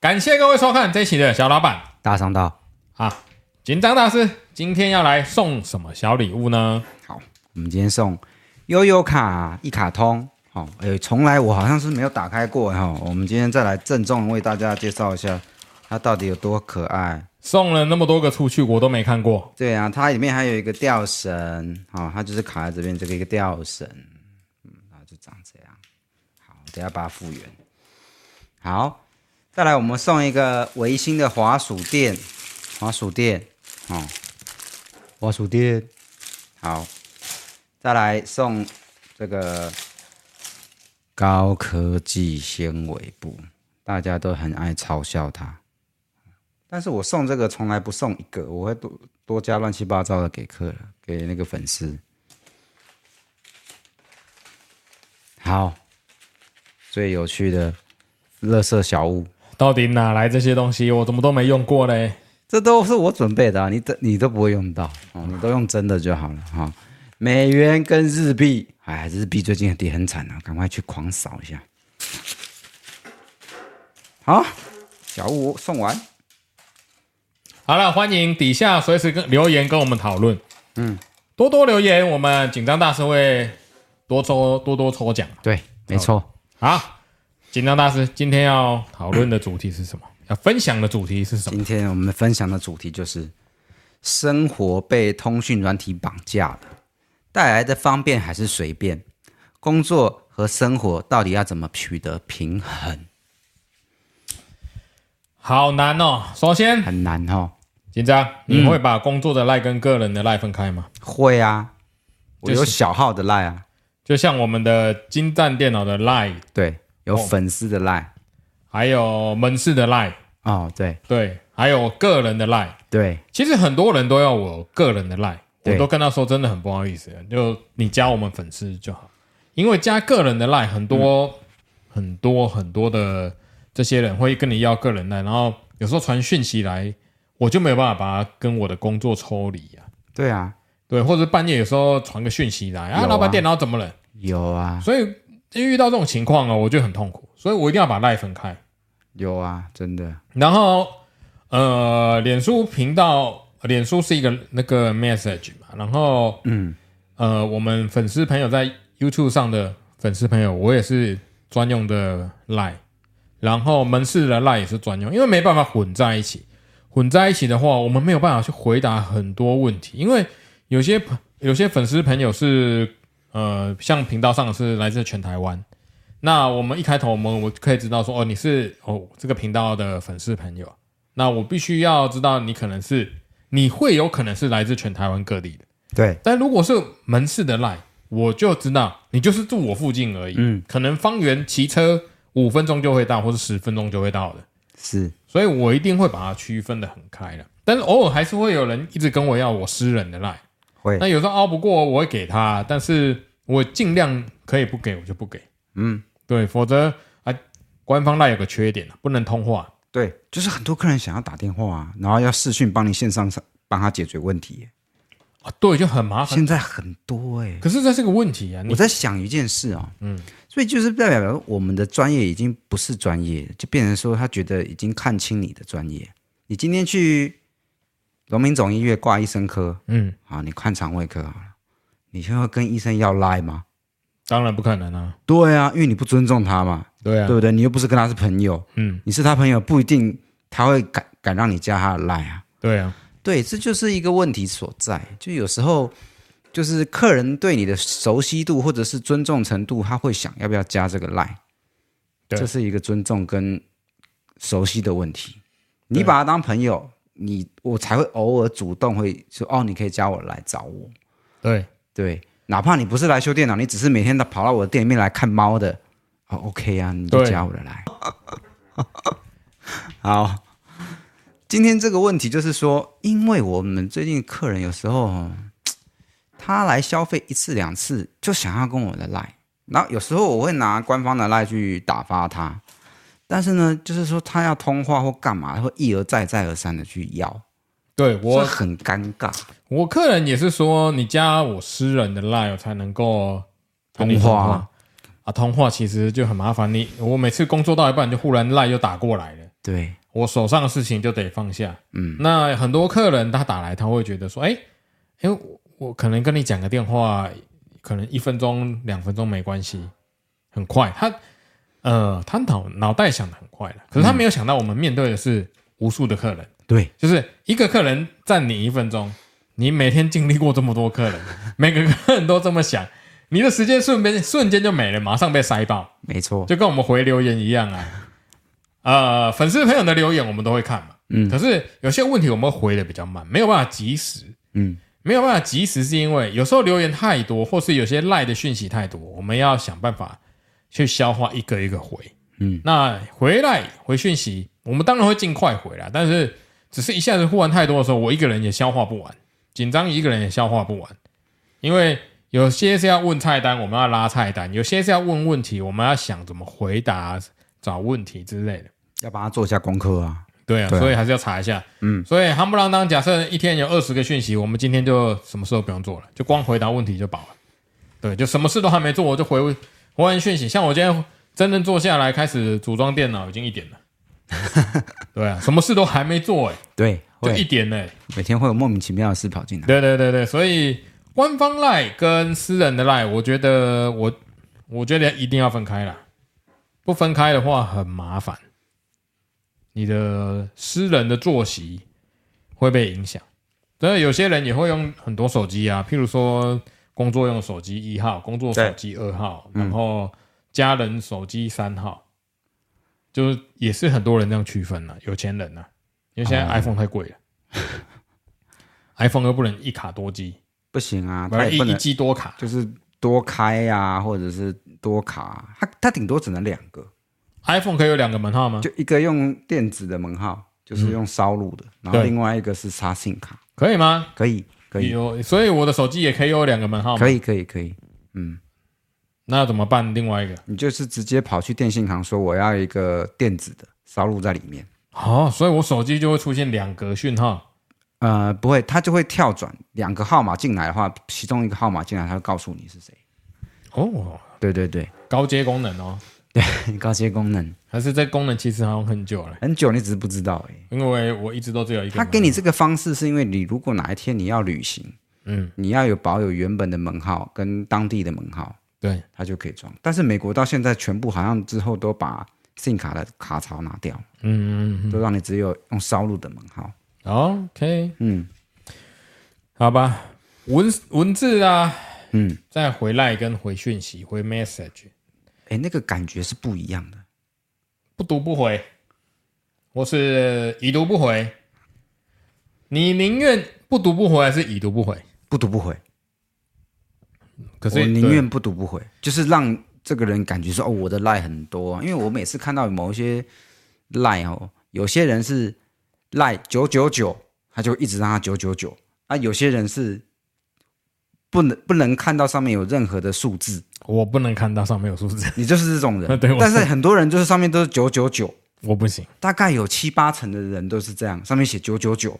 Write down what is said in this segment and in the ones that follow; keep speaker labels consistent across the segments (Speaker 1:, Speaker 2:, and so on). Speaker 1: 感谢各位收看这一期的小老板
Speaker 2: 大商道，
Speaker 1: 啊，紧张大师今天要来送什么小礼物呢？
Speaker 2: 我们今天送悠悠卡一卡通。哦，哎，从来我好像是没有打开过哈、哦。我们今天再来郑重为大家介绍一下，它到底有多可爱。
Speaker 1: 送了那么多个出去，我都没看过。
Speaker 2: 对啊，它里面还有一个吊绳，哦，它就是卡在这边这个一个吊绳，嗯，然后就长这样。好，等一下把它复原。好，再来我们送一个维新的滑鼠垫，滑鼠垫，哦，滑鼠垫。好，再来送这个高科技纤维布，大家都很爱嘲笑它。但是我送这个从来不送一个，我会多多加乱七八糟的给客人，给那个粉丝。好，最有趣的乐色小物，
Speaker 1: 到底哪来这些东西？我怎么都没用过嘞？
Speaker 2: 这都是我准备的、啊，你都你都不会用到哦，你都用真的就好了哈、美元跟日币，哎，日币最近跌很惨啊，赶快去狂扫一下。好，小物送完。
Speaker 1: 好了，欢迎底下随时跟留言跟我们讨论，嗯，多多留言，我们紧张大师会多抽多多抽奖。
Speaker 2: 对，没错。
Speaker 1: 好，紧张大师今天要讨论的主题是什么？要分享的主题是什么？
Speaker 2: 今天我们分享的主题就是生活被通讯软体绑架了，带来的方便还是随便？工作和生活到底要怎么取得平衡？
Speaker 1: 好难哦。首先，
Speaker 2: 很难哦。
Speaker 1: 紧张，你会把工作的赖跟个人的赖分开吗？
Speaker 2: 会啊，我
Speaker 1: 就是
Speaker 2: 有小号的赖啊，
Speaker 1: 就像我们的金湛电脑的赖，
Speaker 2: 对，有
Speaker 1: 哦
Speaker 2: 粉丝的赖
Speaker 1: 还有门市的赖，
Speaker 2: 哦，对
Speaker 1: 对，还有个人的赖。
Speaker 2: 对，
Speaker 1: 其实很多人都要我个人的 line，我
Speaker 2: 对
Speaker 1: 都跟他说真的很不好意思，就你加我们粉丝就好，因为加个人的 line 很
Speaker 2: 嗯
Speaker 1: 多、很多很多的这些人会跟你要个人 line，然后有时候传讯息来，我就没有办法把它跟我的工作抽离啊。
Speaker 2: 对啊，
Speaker 1: 对，或者是半夜有时候传个讯息来啊，
Speaker 2: 有啊
Speaker 1: 老板电脑怎么了？
Speaker 2: 有啊，
Speaker 1: 所以遇到这种情况哦，我就很痛苦，所以我一定要把 line 分开。
Speaker 2: 有啊，真的，
Speaker 1: 然后呃，脸书频道，脸书是一个那个 message 嘛，然后
Speaker 2: 嗯，
Speaker 1: 呃，我们粉丝朋友在 YouTube 上的粉丝朋友，我也是专用的 Line，然后门市的 Line 也是专用，因为没办法混在一起。混在一起的话，我们没有办法去回答很多问题，因为有些朋有些粉丝朋友是呃，像频道上是来自全台湾，那我们一开头我们我可以知道说，哦，你是哦这个频道的粉丝朋友，那我必须要知道你可能是你会有可能是来自全台湾各地的。
Speaker 2: 对，
Speaker 1: 但如果是门市的 line，我就知道你就是住我附近而已，
Speaker 2: 嗯，
Speaker 1: 可能方圆骑车五分钟就会到，或是十分钟就会到的，
Speaker 2: 是，
Speaker 1: 所以我一定会把它区分的很开的。但是偶尔还是会有人一直跟我要我私人的 line，
Speaker 2: 会
Speaker 1: 那有时候啊拗不过我会给他，但是我尽量可以不给我就不给，
Speaker 2: 嗯，
Speaker 1: 对，否则啊，官方 line 有个缺点啊不能通话，
Speaker 2: 对，就是很多客人想要打电话啊，然后要视讯帮你线上上帮他解决问题耶，
Speaker 1: 啊，对，就很麻烦。
Speaker 2: 现在很多哎、
Speaker 1: 可是这是个问题啊，你
Speaker 2: 我在想一件事哦，嗯，所以就是代表我们的专业已经不是专业，就变成说他觉得已经看清你的专业。你今天去荣民总医院挂医生科
Speaker 1: 嗯，
Speaker 2: 啊，你看肠胃科好了，你就要跟医生要赖吗？
Speaker 1: 当然不可能啊，
Speaker 2: 对啊，因为你不尊重他嘛，
Speaker 1: 对啊
Speaker 2: 对，不对？你又不是跟他是朋友，
Speaker 1: 嗯，
Speaker 2: 你是他朋友不一定他会敢敢让你加他的赖啊。
Speaker 1: 对啊，
Speaker 2: 对，这就是一个问题所在。就有时候，就是客人对你的熟悉度或者是尊重程度，他会想要不要加这个 line，
Speaker 1: 对
Speaker 2: 这是一个尊重跟熟悉的问题。你
Speaker 1: 对
Speaker 2: 把他当朋友，你我才会偶尔主动会说哦，你可以加我来找我。
Speaker 1: 对。
Speaker 2: 对，哪怕你不是来修电脑，你只是每天的跑到我的店里面来看猫的，哦，OK 啊，你就
Speaker 1: 对
Speaker 2: 加我的来。 好，今天这个问题就是说，因为我们最近客人有时候哦他来消费一次两次就想要跟我的赖，然后有时候我会拿官方的赖去打发他，但是呢，就是说他要通话或干嘛，他会一而再再而三的去要，
Speaker 1: 对
Speaker 2: 我
Speaker 1: 我，
Speaker 2: 很尴尬。
Speaker 1: 我客人也是说，你加我私人的 line 我才能够跟你
Speaker 2: 通话
Speaker 1: 啊啊。通话其实就很麻烦，你我每次工作到一半就忽然 line 又打过来了，
Speaker 2: 对，
Speaker 1: 我手上的事情就得放下。
Speaker 2: 嗯，
Speaker 1: 那很多客人他打来，他会觉得说，哎、哎、我我可能跟你讲个电话，可能一分钟、两分钟没关系，很快。他呃，他脑脑袋想的很快了，可是他没有想到我们面对的是无数的客人，
Speaker 2: 对，
Speaker 1: 就是一个客人占你一分钟，你每天经历过这么多客人， 每个客人都这么想，你的时间瞬间瞬间就没了，马上被塞爆。
Speaker 2: 没错，
Speaker 1: 就跟我们回留言一样啊。呃，粉丝朋友的留言我们都会看嘛，
Speaker 2: 嗯
Speaker 1: 可是有些问题我们回的比较慢，没有办法及时，
Speaker 2: 嗯，
Speaker 1: 没有办法及时是因为有时候留言太多，或是有些赖的讯息太多，我们要想办法去消化一个一个回。
Speaker 2: 嗯，
Speaker 1: 那回来回讯息，我们当然会尽快回啦，但是只是一下子忽然太多的时候，我一个人也消化不完，紧张一个人也消化不完，因为有些是要问菜单，我们要拉菜单；有些是要问问题，我们要想怎么回答、找问题之类的。
Speaker 2: 要帮他做一下功课啊。
Speaker 1: 对啊，
Speaker 2: 对啊
Speaker 1: 所以还是要查一下。
Speaker 2: 嗯，
Speaker 1: 所以夯不啷当，假设一天有二十个讯息，我们今天就什么事都不用做了，就光回答问题就饱了。对，就什么事都还没做，我就回回完讯息。像我今天真正坐下来开始组装电脑，已经一 点了。对啊，什么事都还没做、欸，
Speaker 2: 对，
Speaker 1: 就一
Speaker 2: 会
Speaker 1: 点呢、欸。
Speaker 2: 每天会有莫名其妙的事跑进来。
Speaker 1: 对对对对，所以官方赖跟私人的赖，我觉得我我觉得一定要分开啦，不分开的话很麻烦，你的私人的作息会被影响。真的，有些人也会用很多手机啊，譬如说工作用手机一号，工作手机二号，
Speaker 2: 嗯
Speaker 1: 然后家人手机三号，就是也是很多人这样区分了、啊有钱人呐、因为现在
Speaker 2: 哦
Speaker 1: iPhone 太贵 了。iPhone 又不能一卡多机，
Speaker 2: 不行啊，
Speaker 1: 不
Speaker 2: 他
Speaker 1: 然一
Speaker 2: 也不
Speaker 1: 一
Speaker 2: 能
Speaker 1: 机多卡
Speaker 2: 就是多开呀、啊，或者是多卡啊、他他顶多只能两个，
Speaker 1: ，iPhone 可以有两个门号吗？
Speaker 2: 就一个用电子的门号，就是用烧录的，然后
Speaker 1: 对
Speaker 2: 另外一个是插信卡，
Speaker 1: 可以吗？
Speaker 2: 可以，可以，
Speaker 1: 有，所以我的手机也可以有两个门号吗
Speaker 2: 可？以，可以，可以，嗯，
Speaker 1: 那怎么办？另外一个，
Speaker 2: 你就是直接跑去电信行说我要一个电子的烧录在里面，
Speaker 1: 好、所以我手机就会出现两格讯号。
Speaker 2: 呃，不会，他就会跳转两个号码进来的话，其中一个号码进来，他会告诉你是谁。
Speaker 1: 哦，
Speaker 2: 对对对，
Speaker 1: 高阶功能哦，
Speaker 2: 高阶功能
Speaker 1: 还是这功能其实好像很久了，
Speaker 2: 很久你只是不知道而已。
Speaker 1: 因为我一直都只有一个。
Speaker 2: 他给你，这个方式是因为你如果哪一天你要旅行，
Speaker 1: 嗯，
Speaker 2: 你要有保有原本的门号跟当地的门号，
Speaker 1: 对，
Speaker 2: 它就可以装。但是美国到现在全部好像之后都把 SIM 卡的卡槽拿掉，
Speaker 1: 嗯嗯
Speaker 2: 都让你只有用烧录的门号。
Speaker 1: 嗯，OK，
Speaker 2: 嗯
Speaker 1: 好吧，文文字啊，
Speaker 2: 嗯，
Speaker 1: 再回来跟回讯息、回 message，
Speaker 2: 哎，那个感觉是不一样的。
Speaker 1: 不读不回，或是已读不回。你宁愿不读不回，还是已读不回？
Speaker 2: 不读不回，
Speaker 1: 可是
Speaker 2: 我宁
Speaker 1: 对
Speaker 2: 愿不读不回，就是让这个人感觉说哦，我的赖很多啊、因为我每次看到某一些赖哦，有些人是赖九九九，他就一直让他九九九啊，有些人是不能不能看到上面有任何的数字，
Speaker 1: 我不能看到上面有数字，
Speaker 2: 你就是这种 人。
Speaker 1: 对我
Speaker 2: 但是很多人就是上面都是九九九，
Speaker 1: 我不行。
Speaker 2: 大概有七八成的人都是这样，上面写九九九，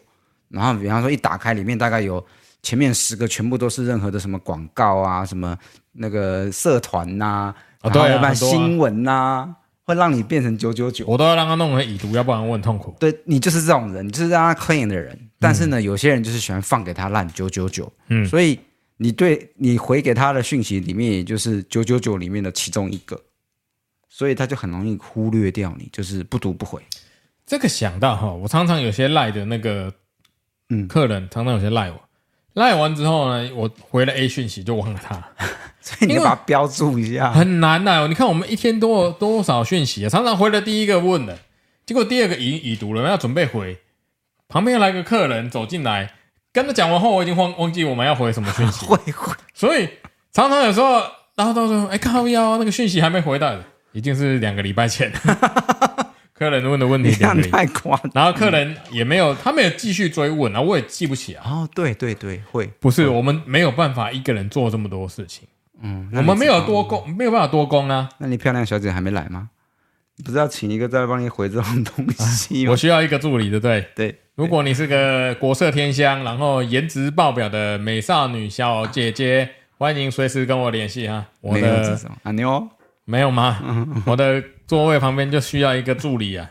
Speaker 2: 然后比方说一打开，里面大概有前面十个全部都是任何的什么广告啊，什么那个社团呐、
Speaker 1: 啊
Speaker 2: 然
Speaker 1: 对啊
Speaker 2: 后要不然
Speaker 1: 很多啊
Speaker 2: 新闻呐、会让你变成九九九。
Speaker 1: 我都要让他弄成已读，要不然我很痛苦。
Speaker 2: 对你就是这种人，你就是让他 clean 的人。但是呢，有些人就是喜欢放给他烂九九九，
Speaker 1: 嗯
Speaker 2: 所以你对你回给他的讯息里面，也就是九九九里面的其中一个，所以他就很容易忽略掉你，就是不读不回。
Speaker 1: 这个想到哈，我常常有些赖的那个
Speaker 2: 嗯
Speaker 1: 客人，常常有些赖我，赖完之后呢，我回了 A 讯息就忘了他，
Speaker 2: 所以你
Speaker 1: 因
Speaker 2: 要
Speaker 1: 为
Speaker 2: 把它标注一下。
Speaker 1: 很难呐、你看我们一天多有多少讯息啊，常常回了第一个问了，结果第二个已已读了，要准备回，旁边来个客人走进来，跟他讲完后，我已经忘忘记我们要回什么讯息，
Speaker 2: 会会，
Speaker 1: 所以常常有时候，然后到时候，哎、靠腰，那个讯息还没回到，已经是两个礼拜前，客人问的问题
Speaker 2: 你这
Speaker 1: 两
Speaker 2: 样
Speaker 1: 个礼拜，
Speaker 2: 太夸张。
Speaker 1: 然后客人也没有，他没有继续追问，然后我也记不起啊。
Speaker 2: 哦，对对对，会，
Speaker 1: 不是，我们没有办法一个人做这么多事情，
Speaker 2: 嗯，那
Speaker 1: 我
Speaker 2: 你
Speaker 1: 们没有多工，没有办法多工啊。
Speaker 2: 那你漂亮小姐还没来吗？你不是要请一个再帮你回这种东西吗
Speaker 1: 我？需要一个助理，对不对？
Speaker 2: 对，
Speaker 1: 如果你是个国色天香，然后颜值爆表的美少女小姐姐，欢迎随时跟我联系哈。我
Speaker 2: 没有这
Speaker 1: 的
Speaker 2: 种啊，妞，
Speaker 1: 没有吗？我的座位旁边就需要一个助理啊。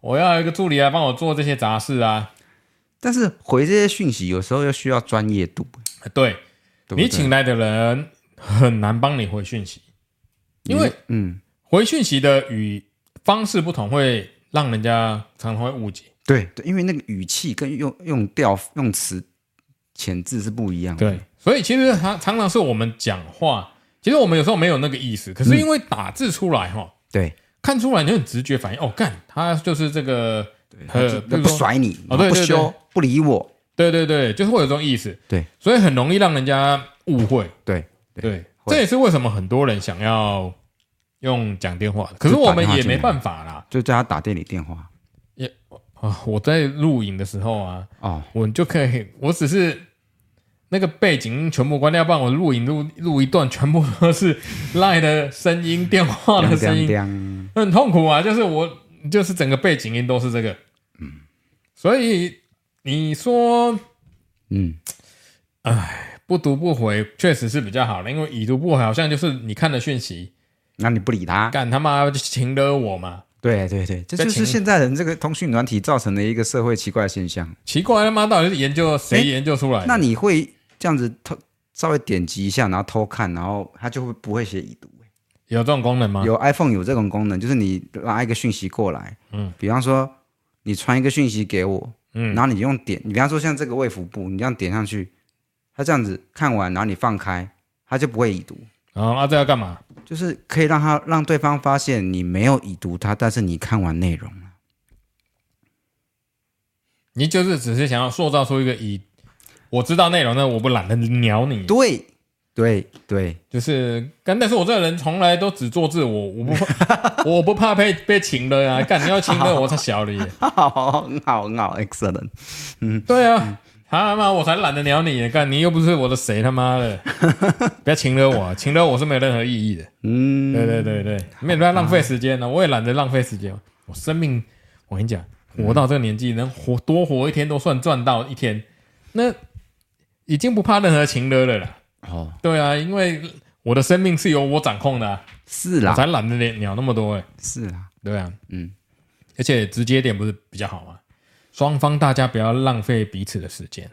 Speaker 1: 我要有一个助理来帮我做这些杂事啊。
Speaker 2: 但是回这些讯息有时候又需要专业度，
Speaker 1: 对
Speaker 2: 对不对
Speaker 1: 你请来的人很难帮你回讯息，因为
Speaker 2: 嗯，
Speaker 1: 回讯息的语方式不同，会让人家常常会误解。
Speaker 2: 对对，因为那个语气跟用用调用词遣字是不一样的。
Speaker 1: 对，所以其实常常常是我们讲话，其实我们有时候没有那个意思，可是因为打字出来哈、
Speaker 2: 对
Speaker 1: 看出来你很直觉反应，哦，干，他就是这个，
Speaker 2: 对，他
Speaker 1: 呃
Speaker 2: 就
Speaker 1: 比
Speaker 2: 他
Speaker 1: 如
Speaker 2: 不
Speaker 1: 说
Speaker 2: 甩你，
Speaker 1: 哦对
Speaker 2: 不
Speaker 1: 对
Speaker 2: 修不理我，
Speaker 1: 对对对，就是会有这种意思，
Speaker 2: 对，
Speaker 1: 所以很容易让人家误会，
Speaker 2: 对
Speaker 1: 对，
Speaker 2: 会
Speaker 1: 这也是为什么很多人想要用讲电话的，可是
Speaker 2: 就打
Speaker 1: 我们
Speaker 2: 电话
Speaker 1: 也
Speaker 2: 进来
Speaker 1: 没办法啦。
Speaker 2: 就叫他打店里电话
Speaker 1: 啊，我在录影的时候啊，
Speaker 2: 哦。
Speaker 1: 我就可以，我只是那个背景音全部关掉，不然我录影录录一段，全部都是赖的声音、电话的声音，
Speaker 2: 音，
Speaker 1: 很痛苦啊！就是我，就是整个背景音都是这个，嗯，所以你说
Speaker 2: 嗯，
Speaker 1: 不读不回确实是比较好的，因为已读不回好像就是你看的讯息，
Speaker 2: 那你不理他，
Speaker 1: 干他妈就请了我嘛，
Speaker 2: 对对对，这
Speaker 1: 在
Speaker 2: 就是
Speaker 1: 请
Speaker 2: 现在人这个通讯软体造成的一个社会奇怪的现象。
Speaker 1: 奇怪他妈到底是研究谁
Speaker 2: 诶
Speaker 1: 研究出来的？
Speaker 2: 那你会这样子偷稍微点击一下，然后偷看，然后它就会不会写已读。
Speaker 1: 有这种功能吗？
Speaker 2: 有 iPhone 有这种功能，就是你拉一个讯息过来，嗯，比方说你传一个讯息给我，嗯，然后你用点，你比方说像这个卫福部，你这样点上去，它这样子看完，然后你放开，它就不会已读，
Speaker 1: 然后啊，这要干嘛？
Speaker 2: 就是可以让它让对方发现你没有已读它，但是你看完内容了。
Speaker 1: 你就是只是想要塑造出一个以我知道内容，那我不懒得鸟你，
Speaker 2: 对，对，对，
Speaker 1: 就是干。但是我这个人从来都只做自我，我不怕，我不怕被被请了啊！干，你要请了我才小了耶。
Speaker 2: 好，很好，很好，excellent。
Speaker 1: 对啊，他妈我才懒得鸟你耶！干，你又不是我的谁，他妈的，不要请了我，啊请了我是没有任何意义的。
Speaker 2: 嗯，
Speaker 1: 对对对对，没有必要浪费时间呢、我也懒得浪费时间。我生命，我跟你讲，活到这个年纪，能活多活一天都算赚到一天，那已经不怕任何情了了啦。
Speaker 2: 哦，
Speaker 1: 对啊，因为我的生命是由我掌控的、啊，
Speaker 2: 是
Speaker 1: 我
Speaker 2: 啦，
Speaker 1: 才懒得鸟那么多哎、
Speaker 2: 是啦，
Speaker 1: 对啊，
Speaker 2: 嗯，
Speaker 1: 而且直接点不是比较好吗？双方大家不要浪费彼此的时间。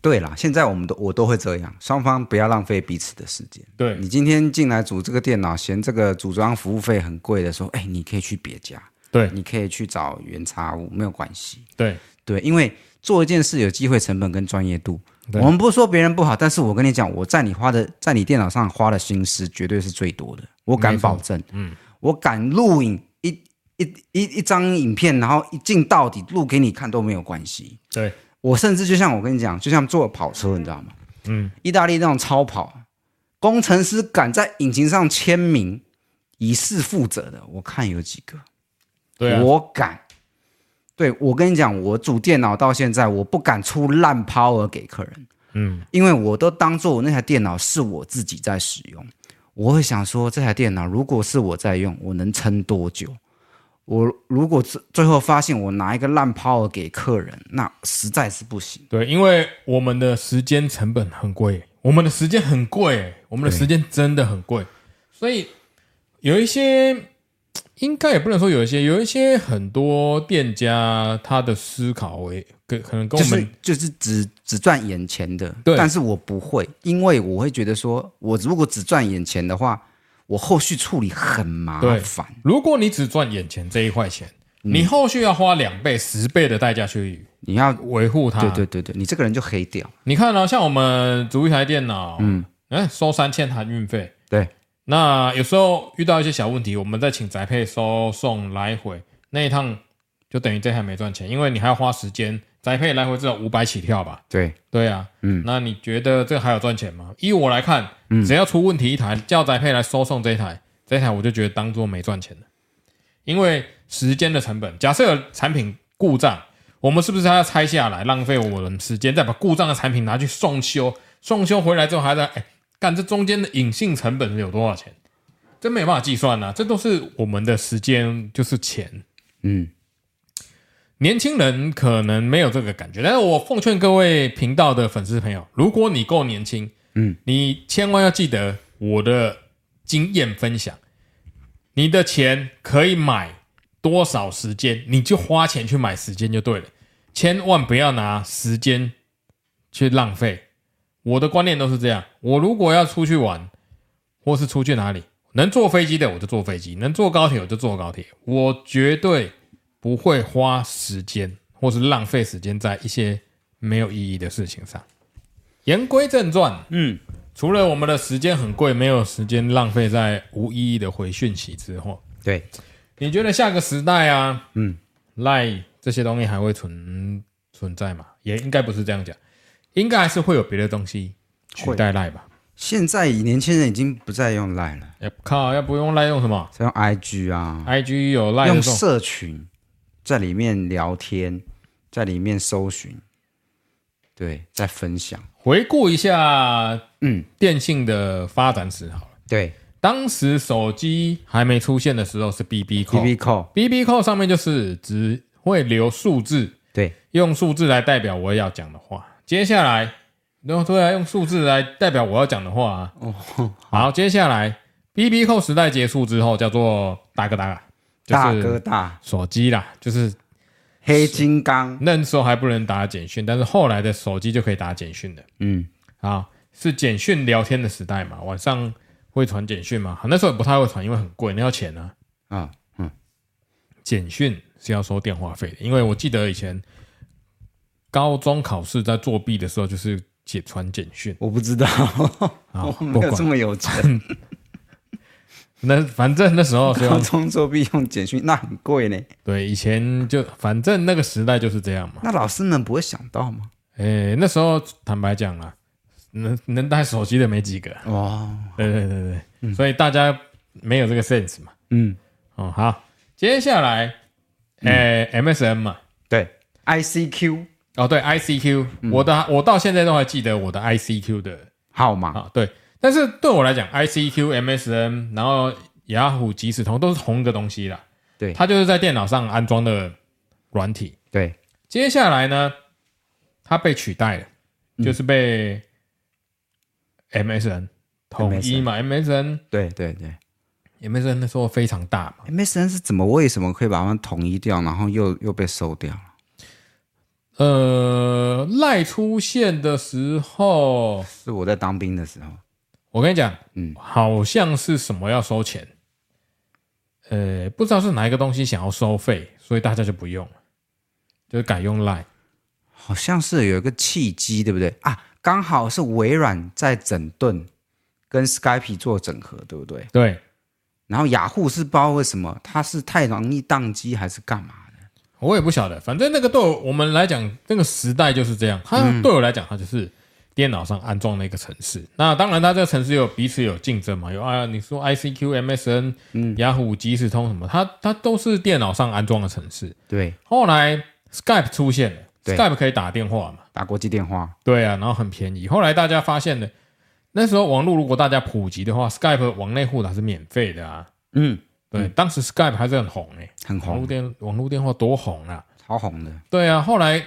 Speaker 2: 对啦，现在我们都我都会这样，双方不要浪费彼此的时间。
Speaker 1: 对
Speaker 2: 你今天进来组这个电脑，嫌这个组装服务费很贵的时候，哎，你可以去别家，
Speaker 1: 对
Speaker 2: 你可以去找原差屋，没有关系。
Speaker 1: 对
Speaker 2: 对，因为做一件事有机会成本跟专业度。
Speaker 1: 对
Speaker 2: 我们不说别人不好，但是我跟你讲，我在你花的在你电脑上花的心思绝对是最多的，我敢
Speaker 1: 没错
Speaker 2: 保证。嗯，我敢录影一一一一张影片，然后一镜到底录给你看都没有关系。
Speaker 1: 对，
Speaker 2: 我甚至就像我跟你讲，就像坐跑车，你知道吗？嗯，意大利那种超跑，工程师敢在引擎上签名以示负责的，我看有几个。
Speaker 1: 对啊，
Speaker 2: 我敢。对我跟你讲，我主电脑到现在，我不敢出烂 power 给客人，
Speaker 1: 嗯，
Speaker 2: 因为我都当做我那台电脑是我自己在使用。我会想说，这台电脑如果是我在用，我能撑多久？我如果最最后发现我拿一个烂 power 给客人，那实在是不行。
Speaker 1: 对，因为我们的时间成本很贵，我们的时间很贵，我们的时间真的很贵，所以有一些应该也不能说有一些，有一些很多店家他的思考为跟可能跟
Speaker 2: 就
Speaker 1: 我们、
Speaker 2: 是就是只只赚眼前的，
Speaker 1: 对
Speaker 2: 但是我不会，因为我会觉得说，我如果只赚眼前的话，我后续处理很麻
Speaker 1: 对
Speaker 2: 烦。
Speaker 1: 如果你只赚眼前这一块钱，
Speaker 2: 嗯
Speaker 1: 你后续要花两倍、十倍的代价去
Speaker 2: 你要
Speaker 1: 维护它。
Speaker 2: 对对对对，你这个人就黑掉。
Speaker 1: 你看啊，像我们组一台电脑，嗯，哎，收三千含运费。
Speaker 2: 对，
Speaker 1: 那有时候遇到一些小问题，我们再请宅配收送来回那一趟，就等于这台没赚钱，因为你还要花时间，宅配来回至少五百起跳吧？
Speaker 2: 对，
Speaker 1: 对啊，嗯，那你觉得这个还有赚钱吗？依我来看，只要出问题一台，叫宅配来收送这一台，这一台我就觉得当做没赚钱了，因为时间的成本。假设有产品故障，我们是不是还要拆下来，浪费我的时间，再把故障的产品拿去送修？送修回来之后还在哎干，这中间的隐性成本有多少钱？这没有办法计算啊呐、这都是我们的时间，就是钱。
Speaker 2: 嗯，
Speaker 1: 年轻人可能没有这个感觉，但是我奉劝各位频道的粉丝朋友，如果你够年轻，
Speaker 2: 嗯，
Speaker 1: 你千万要记得我的经验分享，你的钱可以买多少时间，你就花钱去买时间就对了，千万不要拿时间去浪费。我的观念都是这样，我如果要出去玩，或是出去哪里，能坐飞机的我就坐飞机，能坐高铁我就坐高铁，我绝对不会花时间或是浪费时间在一些没有意义的事情上。言归正传，
Speaker 2: 嗯，
Speaker 1: 除了我们的时间很贵，没有时间浪费在无意义的回讯息之后，
Speaker 2: 对，
Speaker 1: 你觉得下个时代啊，
Speaker 2: 嗯，
Speaker 1: 赖这些东西还会存存在吗？也应该不是这样讲，应该还是会有别的东西取代赖吧？
Speaker 2: 现在年轻人已经不再用 Line 了，
Speaker 1: 哎，靠，要不用赖用什么
Speaker 2: 在用 IG 啊，
Speaker 1: ？IG 有赖
Speaker 2: 用
Speaker 1: 这种，
Speaker 2: 社群在里面聊天，在里面搜寻，对，在分享，
Speaker 1: 回顾一下
Speaker 2: 嗯，
Speaker 1: 电信的发展史好了。
Speaker 2: 对
Speaker 1: 当时手机还没出现的时候是 BB
Speaker 2: ，B
Speaker 1: 扣
Speaker 2: B 扣，
Speaker 1: BB 扣上面就是只会留数字，
Speaker 2: 对，
Speaker 1: 用数字来代表我要讲的话。接下来，然后对啊，用数字来代表我要讲的话、啊。
Speaker 2: 哦，
Speaker 1: 好，接下来 B B 扣时代结束之后，叫做大哥大啦，
Speaker 2: 大
Speaker 1: 就
Speaker 2: 哥
Speaker 1: 是
Speaker 2: 大，
Speaker 1: 手机啦，就是
Speaker 2: 黑金刚，
Speaker 1: 那时候还不能打简讯，但是后来的手机就可以打简讯的
Speaker 2: 嗯，
Speaker 1: 啊，是简讯聊天的时代嘛，晚上会传简讯嘛，那时候也不太会传，因为很贵，那要钱啊。
Speaker 2: 啊，嗯，
Speaker 1: 简讯是要收电话费的，因为我记得以前高中考试在作弊的时候，就是解传简讯
Speaker 2: 我不知道，
Speaker 1: 啊，
Speaker 2: 我
Speaker 1: 不
Speaker 2: 没有
Speaker 1: 管
Speaker 2: 这么有钱，
Speaker 1: 那反正那时候是
Speaker 2: 高
Speaker 1: 用
Speaker 2: 中作弊用简讯，那很贵呢。
Speaker 1: 对，以前就反正那个时代就是这样嘛。
Speaker 2: 那老师们不会想到吗？
Speaker 1: 诶、那时候坦白讲啦，能能带手机的没几个啊、
Speaker 2: 哦，
Speaker 1: 对对对对，所以大家没有这个 sense 嘛。
Speaker 2: 嗯，
Speaker 1: 哦，好，接下来，诶、m s n 嘛，
Speaker 2: 对，I C Q
Speaker 1: 哦对，ICQ，、我
Speaker 2: 嗯
Speaker 1: 的我到现在都还记得我的 ICQ 的
Speaker 2: 号码，
Speaker 1: 啊，对，但是对我来讲，ICQ、MSN，然后雅虎即时通都是同一个东西啦。
Speaker 2: 对
Speaker 1: 它就是在电脑上安装的软体。
Speaker 2: 对，
Speaker 1: 接下来呢，它被取代了，
Speaker 2: 嗯
Speaker 1: 就是被 MSN 统一嘛，MSN。
Speaker 2: 对对对。
Speaker 1: MSN 那时候非常大嘛，
Speaker 2: MSN 哎是怎么为什么可以把它们统一掉，然后又又被收掉了？
Speaker 1: 呃，赖出现的时候，
Speaker 2: 是我在当兵的时候，
Speaker 1: 我跟你讲，
Speaker 2: 嗯
Speaker 1: 好像是什么要收钱，呃，不知道是哪一个东西想要收费，所以大家就不用了，就是改用 Line。
Speaker 2: 好像是有一个契机，对不对啊？刚好是微软在整顿跟 Skype 做整合，对不对？
Speaker 1: 对，
Speaker 2: 然后雅虎是不知道为什么，它是太容易宕机还是干嘛的？
Speaker 1: 我也不晓得，反正那个对我们来讲，那个时代就是这样。它对我来讲，它就是电脑上安装了一个城市。那当然，它这个城市有彼此有竞争嘛，有啊，你说 ICQ、MSN、雅虎即时通什么，它它都是电脑上安装的城市。
Speaker 2: 对，
Speaker 1: 后来 Skype 出现了
Speaker 2: 对
Speaker 1: ，Skype 可以打电话嘛。
Speaker 2: 打国际电话，
Speaker 1: 对啊，然后很便宜。后来大家发现了，那时候网络如果大家普及的话，Skype 往内互打是免费的啊。
Speaker 2: 嗯，
Speaker 1: 对，当时 Skype 还是很红诶、
Speaker 2: 很
Speaker 1: 网络
Speaker 2: 红，
Speaker 1: 电网络电话多红啊！
Speaker 2: 超红的，
Speaker 1: 对啊，后来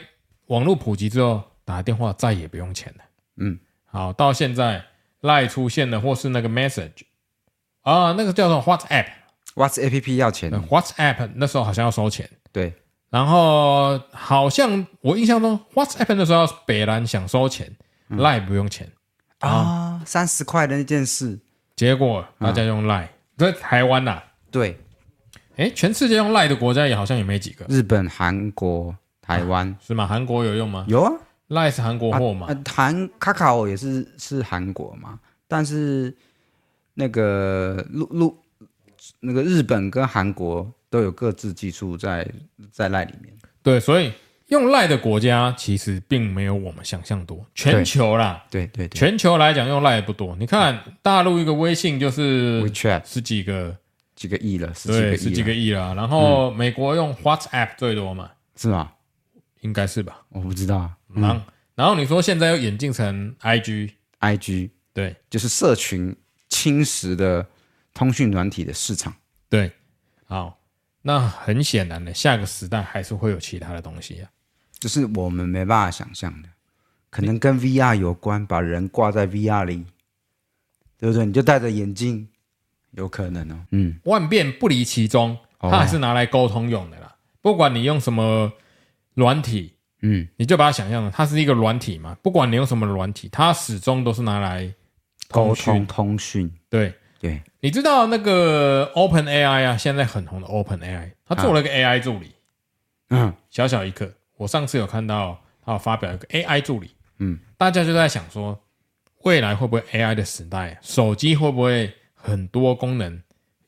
Speaker 1: 网络普及之后，打电话再也不用钱了。
Speaker 2: 嗯，
Speaker 1: 好，到现在赖出现了，或是那个 Message 啊，那个叫做 WhatsApp，、
Speaker 2: What's A P P 要钱
Speaker 1: 那，WhatsApp 那时候好像要收钱，
Speaker 2: 对，
Speaker 1: 然后好像我印象中 WhatsApp 那时候北兰想收钱，
Speaker 2: 嗯
Speaker 1: 赖、不用钱。
Speaker 2: 啊，三十块的那件事，
Speaker 1: 结果大家用
Speaker 2: 啊
Speaker 1: 赖、在台湾呐、
Speaker 2: 对，
Speaker 1: 诶，全世界用赖的国家也好像也没几个，
Speaker 2: 日本、韩国、台湾
Speaker 1: 是吗？韩国有用吗？
Speaker 2: 有啊，
Speaker 1: 赖是韩国货嘛？
Speaker 2: 呃，韩卡卡欧也是是韩国嘛，但是那个陆陆那个日本跟韩国都有各自技术在在赖里面。
Speaker 1: 对，所以用赖的国家其实并没有我们想象多。全球啦，
Speaker 2: 对对对
Speaker 1: 全球来讲用赖也不多。你看大陆一个微信就是
Speaker 2: ，WeChat
Speaker 1: 十几个，
Speaker 2: 几个亿了，十几个亿嗯
Speaker 1: 对，
Speaker 2: 了，
Speaker 1: 十几个亿啦。然后美国用 WhatsApp 最多嘛，
Speaker 2: 是吗？
Speaker 1: 应该是吧？
Speaker 2: 我不知道啊。
Speaker 1: 然后然后你说现在又演进成 IG，
Speaker 2: IG
Speaker 1: 对
Speaker 2: 就是社群侵蚀的通讯软体的市场。
Speaker 1: 对，好，那很显然的，下个时代还是会有其他的东西啊。
Speaker 2: 就是我们没办法想象的，可能跟 VR 有关，把人挂在 VR 里，对不对？你就戴着眼镜，有可能哦。嗯，
Speaker 1: 万变不离其宗，
Speaker 2: 哦
Speaker 1: 它还是拿来沟通用的啦。不管你用什么软体，
Speaker 2: 嗯，
Speaker 1: 你就把它想象了，它是一个软体嘛。不管你用什么软体，它始终都是拿来
Speaker 2: 沟
Speaker 1: 讯
Speaker 2: 通通讯，
Speaker 1: 对，
Speaker 2: 对，
Speaker 1: 你知道那个 Open AI 啊，现在很红的 Open AI，它做了一个 AI 助理，
Speaker 2: 嗯，
Speaker 1: 小小一个。我上次有看到它有发表一个 AI 助理，
Speaker 2: 嗯，
Speaker 1: 大家就在想说，未来会不会 AI 的时代，手机会不会很多功能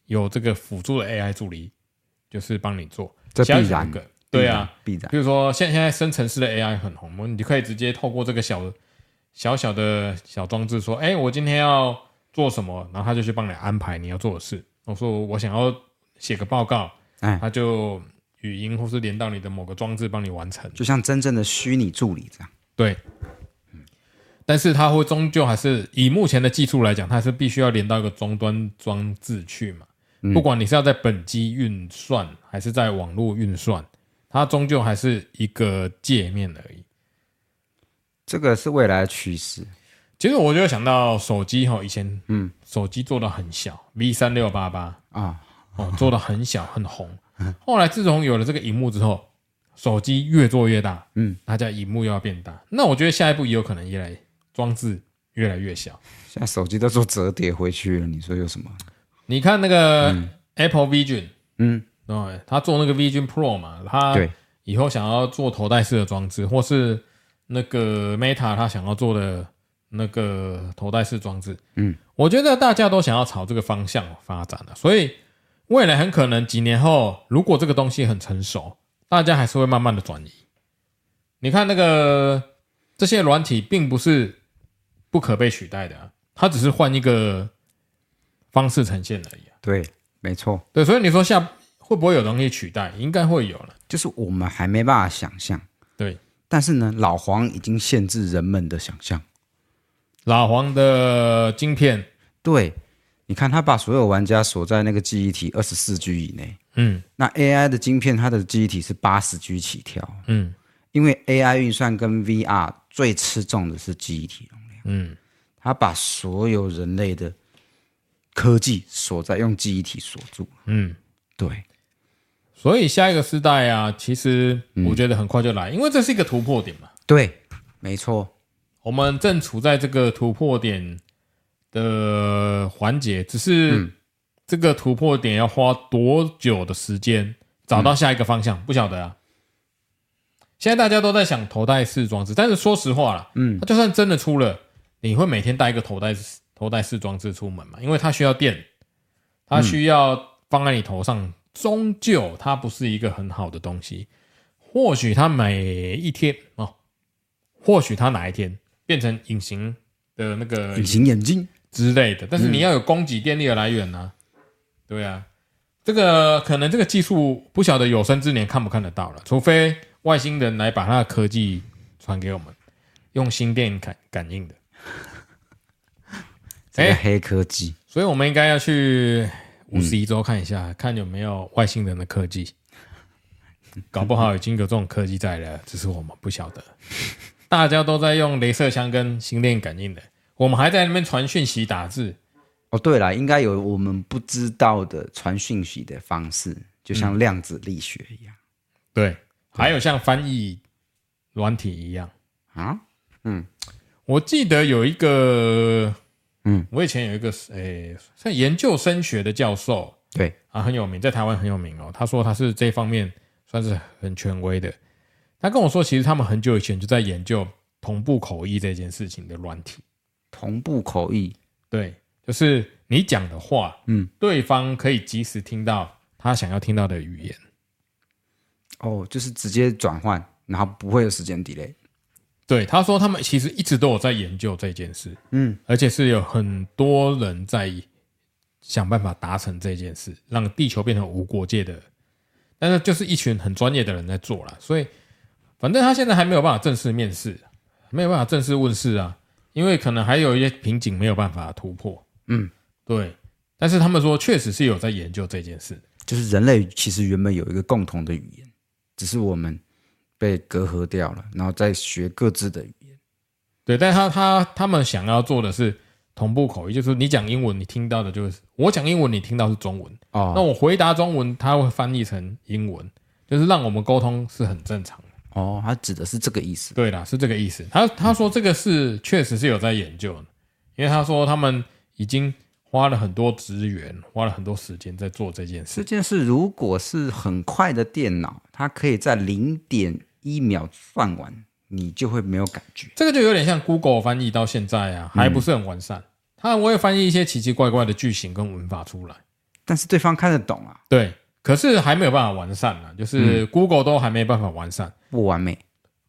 Speaker 1: 有这个辅助的 AI 助理，就是帮你做，
Speaker 2: 这
Speaker 1: 小
Speaker 2: 必
Speaker 1: 小
Speaker 2: 然
Speaker 1: 一个，对啊，
Speaker 2: 必然，
Speaker 1: 比如说现现在生成式的 AI 很红，我们你可以直接透过这个小小小的小装置说，哎、我今天要做什么，然后他就去帮你安排你要做的事。我说我想要写个报告，
Speaker 2: 哎
Speaker 1: 他就语音或是连到你的某个装置帮你完成。
Speaker 2: 就像真正的虚拟助理这样，
Speaker 1: 对，但是它会终究还是以目前的技术来讲，它还是必须要连到一个终端装置去嘛。不管你是要在本机运算，还是在网络运算，它终究还是一个界面而已。
Speaker 2: 这个是未来的趋势。
Speaker 1: 其实我就想到手机哈，以前嗯，手机做的很小，V 三六八八
Speaker 2: 啊
Speaker 1: 哦，做的很小很红。后来自从有了这个荧幕之后，手机越做越大，
Speaker 2: 嗯，
Speaker 1: 大家荧幕又要变大。那我觉得下一步也有可能越来装置越来越小。
Speaker 2: 现在手机都做折叠回去了，你说有什么？
Speaker 1: 你看那个 Apple Vision，
Speaker 2: 嗯，
Speaker 1: 对，他做那个 Vision Pro 嘛，他
Speaker 2: 对
Speaker 1: 以后想要做头戴式的装置，或是那个 Meta 他想要做的那个头戴式装置，
Speaker 2: 嗯，
Speaker 1: 我觉得大家都想要朝这个方向发展了，所以未来很可能几年后，如果这个东西很成熟，大家还是会慢慢的转移。你看那个这些软体并不是不可被取代的、啊，它只是换一个方式呈现而已、啊。
Speaker 2: 对，没错，
Speaker 1: 对，所以你说下会不会有东西取代？应该会有了。
Speaker 2: 就是我们还没办法想象，
Speaker 1: 对，
Speaker 2: 但是呢，老黄已经限制人们的想象。
Speaker 1: 老黄的晶片，
Speaker 2: 对，你看他把所有玩家锁在那个记忆体二十四 G 以内，
Speaker 1: 嗯
Speaker 2: 那 AI 的晶片它的记忆体是八十 G 起跳，
Speaker 1: 嗯
Speaker 2: 因为 AI 运算跟 VR 最吃重的是记忆体容量，
Speaker 1: 嗯，
Speaker 2: 它把所有人类的科技锁在用记忆体锁住。
Speaker 1: 嗯，
Speaker 2: 对，
Speaker 1: 所以下一个时代啊，其实我觉得很快就来，因为这是一个突破点嘛。
Speaker 2: 对，没错，
Speaker 1: 我们正处在这个突破点的环节，只是这个突破点要花多久的时间找到下一个方向，不晓得啊。现在大家都在想头戴式装置，但是说实话啦，嗯，它就算真的出了，你会每天带一个头戴式头戴式装置出门嘛？因为它需要电，它需要放在你头上，终究它不是一个很好的东西。或许它每一天哦，或许它哪一天变成隐形的那个
Speaker 2: 隐形眼镜，
Speaker 1: 之类的，但是你要有供给电力的来源啊。对啊，这个可能这个技术不晓得有生之年看不看得到了，除非外星人来把它的科技传给我们，用心电感感应的。
Speaker 2: 这个
Speaker 1: 哎
Speaker 2: 黑科技，
Speaker 1: 所以我们应该要去五十一周看一下，看有没有外星人的科技。搞不好已经有这种科技在了，只是我们不晓得。大家都在用镭射枪跟心电感应的，我们还在那边传讯息打字。
Speaker 2: 哦，对了，应该有我们不知道的传讯息的方式，就像量子力学一
Speaker 1: 嗯
Speaker 2: 样、
Speaker 1: 对，还有像翻译软体一样，
Speaker 2: 啊。
Speaker 1: 我记得有一个，
Speaker 2: 嗯，
Speaker 1: 我以前有一个，诶、像研究生学的教授
Speaker 2: 对，
Speaker 1: 啊，很有名，在台湾很有名哦。他说他是这方面算是很权威的。他跟我说，其实他们很久以前就在研究同步口译这件事情的软体。
Speaker 2: 同步口译，
Speaker 1: 对，就是你讲的话，
Speaker 2: 嗯，
Speaker 1: 对方可以及时听到他想要听到的语言。
Speaker 2: 哦，就是直接转换，然后不会有时间 delay。
Speaker 1: 对，他说他们其实一直都有在研究这件事，
Speaker 2: 嗯，
Speaker 1: 而且是有很多人在想办法达成这件事，让地球变成无国界的。但是就是一群很专业的人在做啦，所以反正他现在还没有办法正式面试，没有办法正式问世啊，因为可能还有一些瓶颈没有办法突破。
Speaker 2: 嗯，
Speaker 1: 对。但是他们说，确实是有在研究这件事。
Speaker 2: 就是人类其实原本有一个共同的语言，只是我们被隔阂掉了，然后再学各自的语言。
Speaker 1: 对，但是他他他们想要做的是同步口译，就是你讲英文，你听到的就是我讲英文，你听到是中文，那
Speaker 2: 哦
Speaker 1: 我回答中文，它会翻译成英文，就是让我们沟通是很正常的。
Speaker 2: 哦，它指的是这个意思。
Speaker 1: 对啦，是这个意思。他他说这个是确实是有在研究的，因为他说他们已经花了很多资源，花了很多时间在做这件
Speaker 2: 这
Speaker 1: 事。
Speaker 2: 件事如果是很快的电脑，它可以在零点一秒算完，你就会没有感觉。
Speaker 1: 这个就有点像 Google 翻译到现在啊，还不是很完善。它我也翻译一些奇奇怪怪的句型跟文法出来，
Speaker 2: 但是对方看得懂啊，
Speaker 1: 对，可是还没有办法完善啊，就是 Google 都还没办法完善，
Speaker 2: 不完美，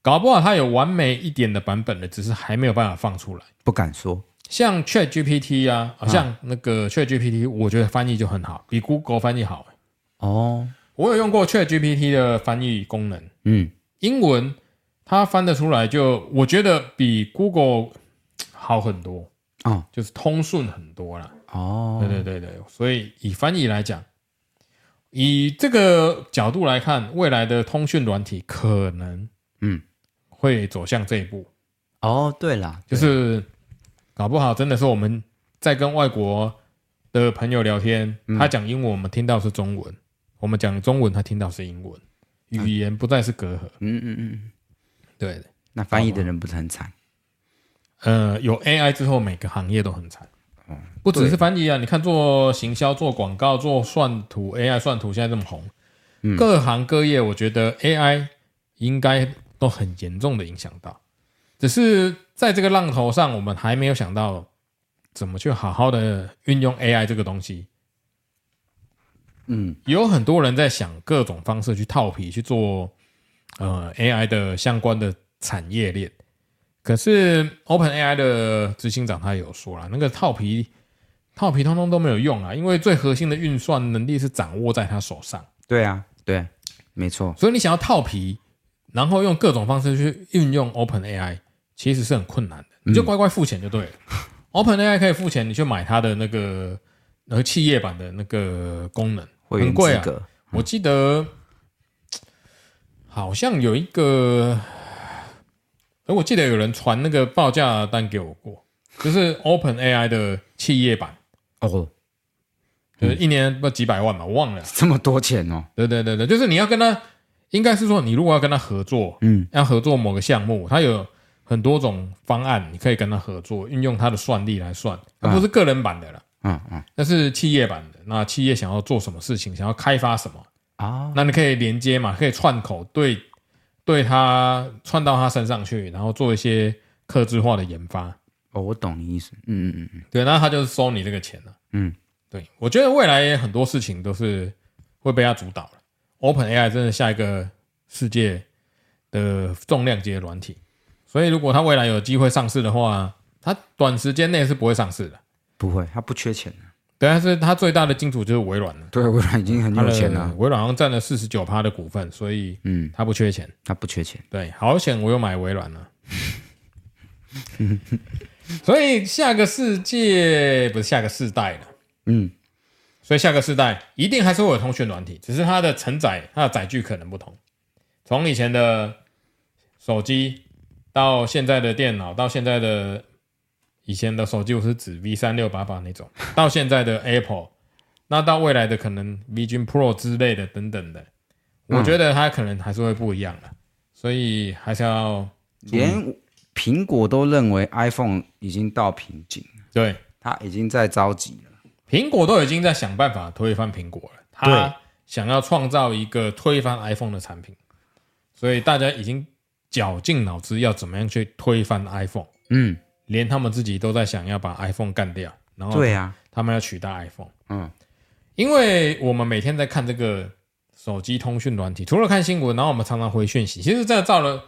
Speaker 1: 搞不好它有完美一点的版本的，只是还没有办法放出来。
Speaker 2: 不敢说。
Speaker 1: 像 Chat GPT 啊，啊像那个 Chat GPT，我觉得翻译就很好，比 Google 翻译好。
Speaker 2: 哦，
Speaker 1: 我有用过 Chat GPT 的翻译功能，
Speaker 2: 嗯，
Speaker 1: 英文它翻得出来就，我觉得比 Google 好很多，
Speaker 2: 哦，
Speaker 1: 就是通顺很多啦。
Speaker 2: 哦
Speaker 1: 对，对对对，所以以翻译来讲，以这个角度来看，未来的通讯软体可能
Speaker 2: 嗯，
Speaker 1: 会走向这一步，
Speaker 2: 哦，对啦，
Speaker 1: 就是搞不好真的是我们在跟外国的朋友聊天，
Speaker 2: 嗯
Speaker 1: 他讲英文，我们听到是中文；我们讲中文，他听到是英文，语言不再是隔阂。
Speaker 2: 嗯嗯嗯，
Speaker 1: 对的，
Speaker 2: 那翻译的人不是很惨？
Speaker 1: 呃，有 AI 之后，每个行业都很惨。不只
Speaker 2: 嗯对
Speaker 1: 是翻译啊，你看做行销、做广告、做算图，AI 算图现在这么红，
Speaker 2: 嗯
Speaker 1: 各行各业，我觉得 AI 应该都很严重的影响到。只是在这个浪头上，我们还没有想到怎么去好好的运用 AI 这个东西。
Speaker 2: 嗯，
Speaker 1: 有很多人在想各种方式去套皮去做呃 AI 的相关的产业链。可是 OpenAI 的执行长他有说了，那个套皮套皮通通都没有用啊，因为最核心的运算能力是掌握在他手上，
Speaker 2: 对啊，对，没错。
Speaker 1: 所以你想要套皮，然后用各种方式去运用 OpenAI，其实是很困难的。
Speaker 2: 嗯
Speaker 1: 你就乖乖付钱就对了。OpenAI 可以付钱，你去买它的那个呃企业版的那个功能，
Speaker 2: 会员
Speaker 1: 很
Speaker 2: 资
Speaker 1: 贵啊，
Speaker 2: 格、
Speaker 1: 我记得好像有一个，哎，我记得有人传那个报价单给我过，就是 Open AI 的企业版，
Speaker 2: 哦，
Speaker 1: 就是一年不几百万嘛，我忘了。
Speaker 2: 这么多钱哦，
Speaker 1: 对对对对，就是你要跟他，应该是说你如果要跟他合作，
Speaker 2: 嗯，
Speaker 1: 要合作某个项目，他有很多种方案，你可以跟他合作，运用他的算力来算，那不是个人版的了，
Speaker 2: 嗯嗯
Speaker 1: 那是企业版的。那企业想要做什么事情，想要开发什么，
Speaker 2: 啊，
Speaker 1: 那你可以连接嘛，可以串口对对它串到它身上去，然后做一些克制化的研发。
Speaker 2: 哦，我懂你意思，嗯嗯嗯嗯，
Speaker 1: 对，那他就是收你这个钱了。
Speaker 2: 嗯，
Speaker 1: 对，我觉得未来很多事情都是会被它主导了。Open AI 真的下一个世界的重量级的软体，所以如果它未来有机会上市的话，它短时间内是不会上市的。
Speaker 2: 不会，他不缺钱啊
Speaker 1: 对，但是它最大的金主就是微软了，
Speaker 2: 对，微软已经很
Speaker 1: 它
Speaker 2: 有
Speaker 1: 的
Speaker 2: 钱了，
Speaker 1: 微软好像占了四十九趴的股份，所以
Speaker 2: 嗯，
Speaker 1: 它不缺钱。
Speaker 2: 他不缺钱，
Speaker 1: 对，好险我又买微软了。所以下个世界不是下个世代了，
Speaker 2: 嗯，
Speaker 1: 所以下个世代一定还是会有通讯软体，只是它的承载、它的载具可能不同。从以前的手机到现在的电脑，到现在的以前的手机，我是指 V 三六八八那种，到现在的 Apple，那到未来的可能 V 君 Pro 之类的等等的，我觉得它可能还是会不一样的。所以还是要
Speaker 2: 连苹果都认为 iPhone 已经到瓶颈，
Speaker 1: 对
Speaker 2: 他已经在着急了，
Speaker 1: 苹果都已经在想办法推翻苹果了，
Speaker 2: 对
Speaker 1: 他想要创造一个推翻 iPhone 的产品，所以大家已经绞尽脑汁要怎么样去推翻 iPhone，
Speaker 2: 嗯，
Speaker 1: 连他们自己都在想要把 iPhone 干掉，然后
Speaker 2: 对啊，
Speaker 1: 他们要取代 iPhone。
Speaker 2: 嗯，
Speaker 1: 因为我们每天在看这个手机通讯软体，除了看新闻，然后我们常常回讯息，其实这造了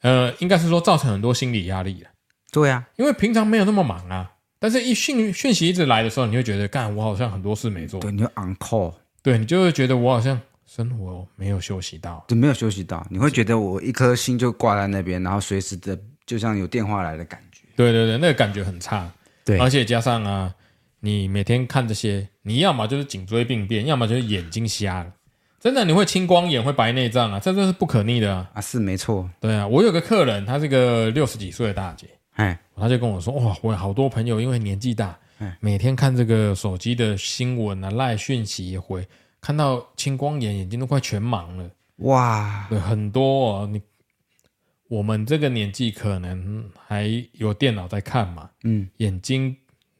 Speaker 1: 呃，应该是说造成很多心理压力了。
Speaker 2: 对啊，
Speaker 1: 因为平常没有那么忙啊，但是一讯讯息一直来的时候，你会觉得，干，我好像很多事没做，
Speaker 2: 对，你就 on call，
Speaker 1: 对你就会觉得我好像生活没有休息到，
Speaker 2: 就没有休息到，你会觉得我一颗心就挂在那边，然后随时的就像有电话来的感觉，
Speaker 1: 对对对，那个感觉很差，
Speaker 2: 对
Speaker 1: 而且加上啊，你每天看这些，你要么就是颈椎病变，要么就是眼睛瞎了，真的你会青光眼，会白内障啊，这都是不可逆的啊，
Speaker 2: 啊，是没错，
Speaker 1: 对啊，我有个客人，她是个六十几岁的大姐，
Speaker 2: 哎，
Speaker 1: 他就跟我说：“哇，我有好多朋友因为年纪大，每天看这个手机的新闻啊、赖讯息也回，看到青光眼，眼睛都快全盲了。
Speaker 2: 哇，
Speaker 1: 对，很多、哦、你我们这个年纪可能还有电脑在看嘛，
Speaker 2: 嗯，
Speaker 1: 眼睛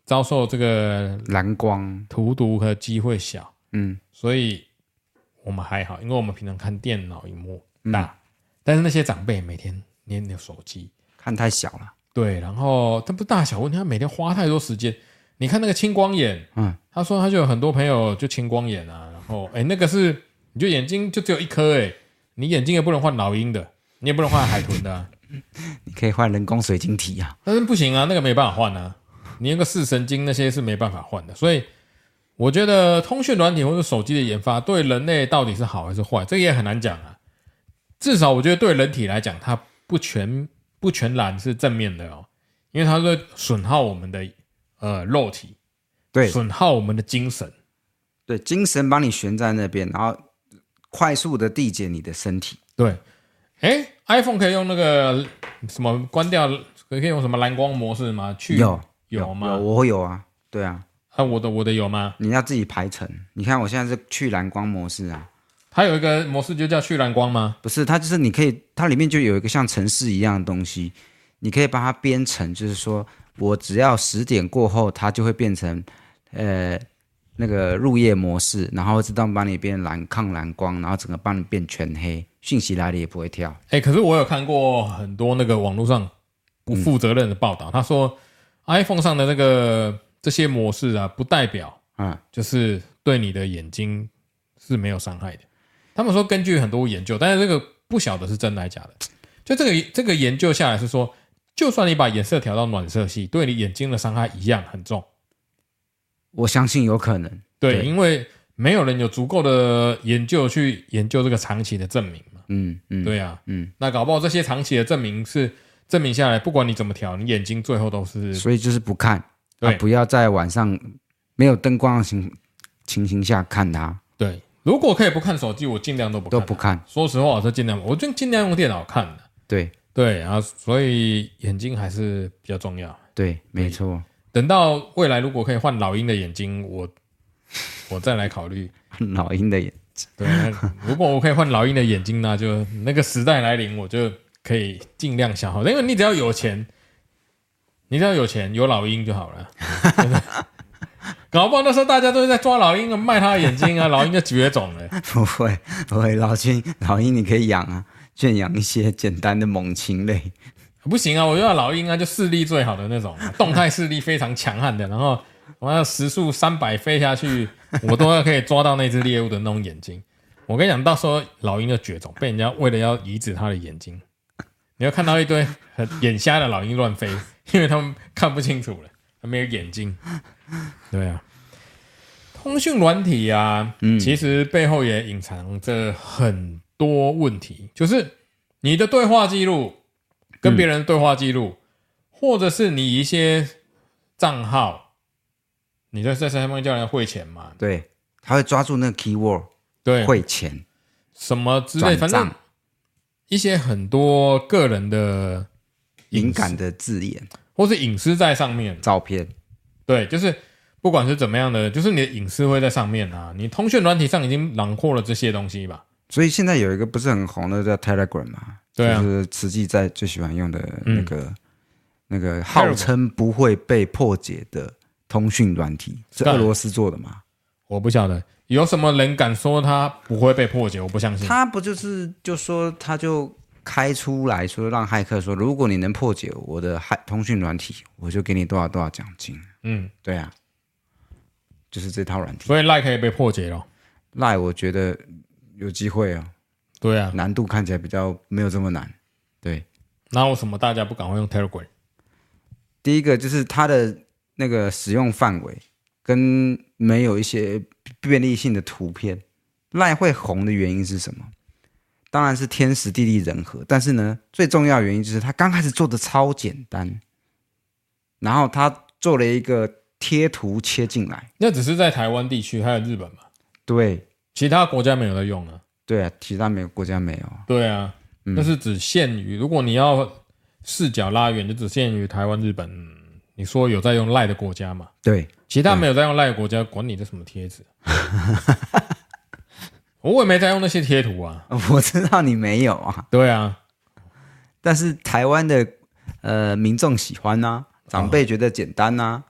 Speaker 1: 遭受这个
Speaker 2: 蓝光，
Speaker 1: 荼毒和机会小，
Speaker 2: 嗯，
Speaker 1: 所以我们还好，因为我们平常看电脑荧幕大，但是那些长辈每天黏着手机，
Speaker 2: 看太小了，
Speaker 1: 对，然后他不是大小问题，他每天花太多时间。你看那个青光眼，
Speaker 2: 嗯，
Speaker 1: 他说他就有很多朋友就青光眼啊，然后哎，那个是你就眼睛就只有一颗哎，你眼睛也不能换老鹰的，你也不能换海豚的啊、
Speaker 2: 你可以换人工水晶体啊，
Speaker 1: 但是不行啊，那个没办法换啊，你那个视神经那些是没办法换的，所以我觉得通讯软体或者手机的研发对人类到底是好还是坏，这个也很难讲啊。至少我觉得对人体来讲，它不全不全然是正面的哦，因为它会损耗我们的呃肉体，
Speaker 2: 对
Speaker 1: 损耗我们的精神。
Speaker 2: 对，精神帮你悬在那边，然后快速的递减你的身体，
Speaker 1: 对，哎，iPhone 可以用那个什么关掉，可以用什么蓝光模式吗？去
Speaker 2: 有
Speaker 1: 嗯有吗？
Speaker 2: 有我会有啊，对啊，
Speaker 1: 啊，我的我的有吗？
Speaker 2: 你要自己排程，你看我现在是去蓝光模式啊，
Speaker 1: 它有一个模式就叫去蓝光吗？
Speaker 2: 不是，它就是你可以，它里面就有一个像程式一样的东西，你可以把它编成，就是说我只要十点过后，它就会变成呃那个入夜模式，然后自动帮你变蓝抗蓝光，然后整个帮你变全黑，讯息来了也不会跳。
Speaker 1: 哎、可是我有看过很多那个网络上不负责任的报道，他说 iPhone 上的那个这些模式啊，不代表
Speaker 2: 嗯，
Speaker 1: 就是对你的眼睛是没有伤害的。他们说根据很多研究，但是这个不晓得是真的还是假的。就这个这个研究下来是说，就算你把颜色调到暖色系，对你眼睛的伤害一样很重。
Speaker 2: 我相信有可能。
Speaker 1: 对，
Speaker 2: 对
Speaker 1: 因为没有人有足够的研究去研究这个长期的证明嘛。
Speaker 2: 嗯嗯，
Speaker 1: 对啊，
Speaker 2: 嗯，
Speaker 1: 那搞不好这些长期的证明是证明下来，不管你怎么调，你眼睛最后都是
Speaker 2: 所以就是不看，
Speaker 1: 对
Speaker 2: 啊、不要在晚上没有灯光的情情形下看它，
Speaker 1: 对。如果可以不看手机，我尽量都不看
Speaker 2: 都
Speaker 1: 啊、
Speaker 2: 不看。
Speaker 1: 说实话，我是尽量，我就尽量用电脑看的、
Speaker 2: 对
Speaker 1: 对啊，所以眼睛还是比较重要。
Speaker 2: 对，没错。
Speaker 1: 等到未来如果可以换老鹰的眼睛，我我再来考虑。
Speaker 2: 老鹰的眼，
Speaker 1: 对，那如果我可以换老鹰的眼睛，那就那个时代来临，我就可以尽量消耗。因为你只要有钱，你只要有钱有老鹰就好了。搞不好那时候大家都在抓老鹰啊，卖它的眼睛啊，老鹰就绝种了。
Speaker 2: 不会，不会，老鹰老鹰你可以养啊，圈养一些简单的猛禽类。
Speaker 1: 不行啊，我就要老鹰啊，就视力最好的那种啊、动态视力非常强悍的，然后我要时速三百飞下去，我都要可以抓到那只猎物的那种眼睛。我跟你讲，到时候老鹰就绝种，被人家为了要移植它的眼睛， 你要看到一堆很眼瞎的老鹰乱飞，因为他们看不清楚了，他没有眼睛。对啊，通讯软体啊，其实背后也隐藏着很多问题，就是你的对话记录
Speaker 2: 嗯
Speaker 1: 跟别人的对话记录，或者是你一些账号，你在在上面叫人汇钱嘛，
Speaker 2: 对，它会抓住那个 keyword
Speaker 1: 对，
Speaker 2: 汇钱
Speaker 1: 什么之类，
Speaker 2: 转
Speaker 1: 反正
Speaker 2: 账
Speaker 1: 一些很多个人的
Speaker 2: 敏感的字眼
Speaker 1: 或是隐私在上面，
Speaker 2: 照片。
Speaker 1: 对，就是不管是怎么样的，就是你的隐私会在上面啊。你通讯软体上已经囊括了这些东西吧？
Speaker 2: 所以现在有一个不是很红的叫 Telegram 嘛，
Speaker 1: 对啊嗯
Speaker 2: 就是慈济在最喜欢用的那个、那个
Speaker 1: Telegram
Speaker 2: 号称不会被破解的通讯软体，是
Speaker 1: 干
Speaker 2: 俄罗斯做的嘛？
Speaker 1: 我不晓得有什么人敢说它不会被破解，我不相信。
Speaker 2: 他不就是就说他就开出来说让骇客说，如果你能破解我的骇通讯软体，我就给你多少多少奖金。
Speaker 1: 嗯，
Speaker 2: 对啊，就是这套软体。
Speaker 1: 所以赖可以被破解咯。
Speaker 2: 赖我觉得有机会哦，
Speaker 1: 对啊，
Speaker 2: 难度看起来比较没有这么难。对，
Speaker 1: 那为什么大家不赶快用 Telegram？
Speaker 2: 第一个就是它的那个使用范围跟没有一些便利性的图片。赖会红的原因是什么？当然是天时地利人和，但是呢，最重要的原因就是它刚开始做的超简单，然后它做了一个贴图切进来，
Speaker 1: 那只是在台湾地区还有日本嘛，
Speaker 2: 对
Speaker 1: 其他国家没有在用啊。
Speaker 2: 对啊，其他美国国家没有啊，
Speaker 1: 对啊，那是只限于如果你要视角拉远，就只限于台湾、日本。嗯你说有在用赖的国家嘛？
Speaker 2: 对，
Speaker 1: 其他没有在用赖的国家，管你的什么贴纸，我也没在用那些贴图啊。
Speaker 2: 我知道你没有啊，
Speaker 1: 对啊，
Speaker 2: 但是台湾的呃民众喜欢呐、长辈觉得简单啊呐、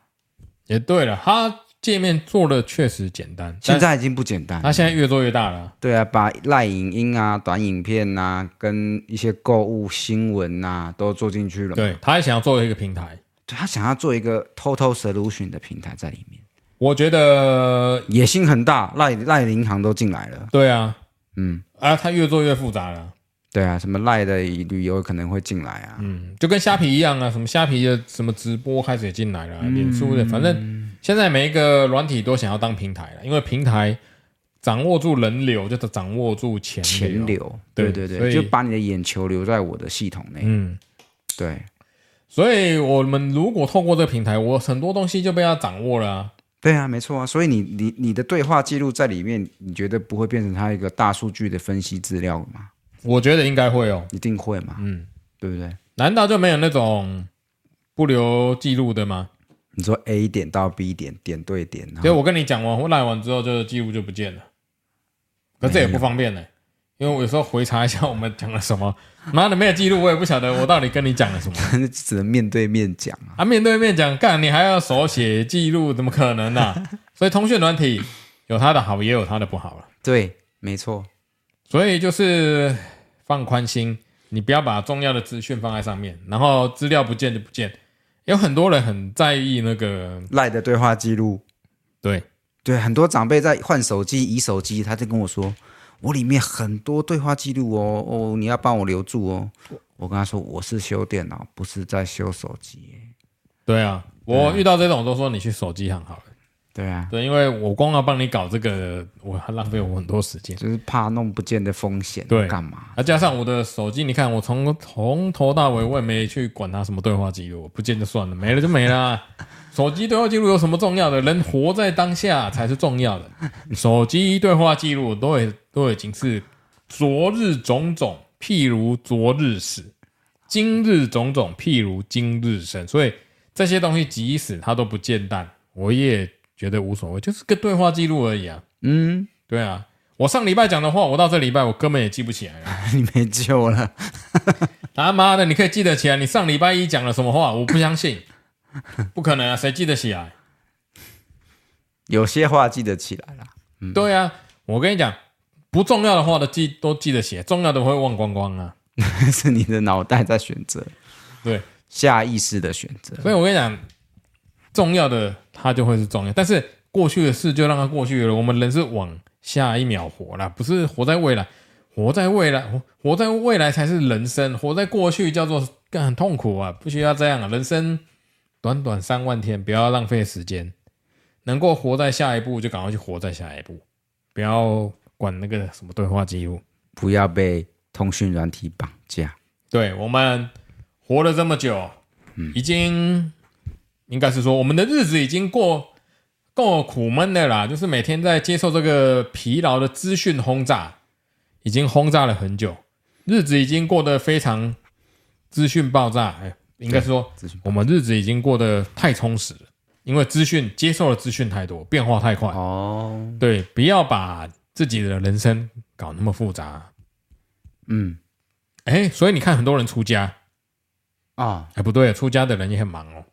Speaker 1: 也对了，它界面做的确实简单，
Speaker 2: 现
Speaker 1: 但
Speaker 2: 在已经不简单
Speaker 1: 它
Speaker 2: 了。
Speaker 1: 现在越做越大了啊。
Speaker 2: 对啊，把赖影音啊、短影片啊，跟一些购物新闻啊，都做进去了。
Speaker 1: 对，他也想要做一个平台。
Speaker 2: 对他想要做一个 total solution 的平台在里面，
Speaker 1: 我觉得，
Speaker 2: 野心很大，赖赖银行都进来了。
Speaker 1: 对啊，
Speaker 2: 嗯，
Speaker 1: 啊，它越做越复杂了啊。
Speaker 2: 对啊，什么赖的旅游可能会进来啊。
Speaker 1: 嗯，就跟虾皮一样啊，什么虾皮的什么直播开始也进来了啊、
Speaker 2: 嗯
Speaker 1: 脸书的，反正现在每一个软体都想要当平台了，因为平台掌握住人流，就是掌握住钱
Speaker 2: 钱。流，
Speaker 1: 对
Speaker 2: 对对
Speaker 1: 所以
Speaker 2: 就把你的眼球留在我的系统内。
Speaker 1: 嗯，
Speaker 2: 对，
Speaker 1: 所以我们如果透过这个平台，我很多东西就被它掌握了、啊。
Speaker 2: 对啊，没错啊。所以你你你的对话记录在里面，你觉得不会变成它一个大数据的分析资料吗？
Speaker 1: 我觉得应该会哦。
Speaker 2: 一定会嘛，
Speaker 1: 嗯，
Speaker 2: 对不对？
Speaker 1: 难道就没有那种不留记录的吗？
Speaker 2: 你说 A 点到 B 点，点对点，然
Speaker 1: 所以
Speaker 2: 后
Speaker 1: 我跟你讲完，我赖完之后，就记录就不见了。可这也不方便呢、因为我有时候回查一下我们讲了什么，妈的没有记录，我也不晓得我到底跟你讲了什么
Speaker 2: 只能面对面讲啊。
Speaker 1: 啊！面对面讲，干你还要手写记录，怎么可能呢、所以通讯软体有它的好，也有它的不好了。
Speaker 2: 对，没错，
Speaker 1: 所以就是放宽心，你不要把重要的资讯放在上面，然后资料不见就不见。有很多人很在意那个，
Speaker 2: 赖的对话记录。
Speaker 1: 对，
Speaker 2: 对，很多长辈在换手机、移手机，他就跟我说：“我里面很多对话记录哦，哦，你要帮我留住哦。”我跟他说：“我是修电脑，不是在修手机耶。
Speaker 1: 对啊，我遇到这种都说你去手机行好了。”
Speaker 2: 对啊，
Speaker 1: 对，因为我光要帮你搞这个，我还浪费我很多时间。
Speaker 2: 就是怕弄不见的风险，
Speaker 1: 对
Speaker 2: 干嘛？
Speaker 1: 啊，加上我的手机，你看我从从头到尾我也没去管它什么对话记录，不见就算了，没了就没啦。手机对话记录有什么重要的？人活在当下才是重要的。手机对话记录都已都已经是昨日种种，譬如昨日死；今日种种，譬如今日生。所以这些东西即使它都不见淡，我也觉得无所谓，就是个对话记录而已啊。
Speaker 2: 嗯，
Speaker 1: 对啊，我上礼拜讲的话，我到这礼拜我根本也记不起来了。
Speaker 2: 你没救了。
Speaker 1: 他妈的，你可以记得起来？你上礼拜一讲了什么话？我不相信， 不可能啊！谁记得起来？
Speaker 2: 有些话记得起来啦，
Speaker 1: 对啊，我跟你讲，不重要的话都记都记得起来，重要的会忘光光啊。
Speaker 2: 是你的脑袋在选择，
Speaker 1: 对，
Speaker 2: 下意识的选择。
Speaker 1: 所以我跟你讲，重要的它就会是重要，但是过去的事就让它过去了。我们人是往下一秒活啦，不是活在未来，活在未来，活活在未来才是人生，活在过去叫做干很痛苦啊，不需要这样啊，人生短短三万天，不要浪费时间，能够活在下一步就赶快去活在下一步，不要管那个什么对话记录。
Speaker 2: 不要被通讯软体绑架。
Speaker 1: 对我们活了这么久，
Speaker 2: 嗯
Speaker 1: 已经应该是说我们的日子已经过够苦闷的啦，就是每天在接受这个疲劳的资讯轰炸，已经轰炸了很久，日子已经过得非常资讯爆炸，哎，应该是说
Speaker 2: 资讯
Speaker 1: 我们日子已经过得太充实了，因为资讯接受的资讯太多，变化太快，
Speaker 2: 哦，
Speaker 1: 对，不要把自己的人生搞那么复杂，
Speaker 2: 嗯，
Speaker 1: 哎，所以你看很多人出家。
Speaker 2: 哦，
Speaker 1: 哎，不对，出家的人也很忙 哦。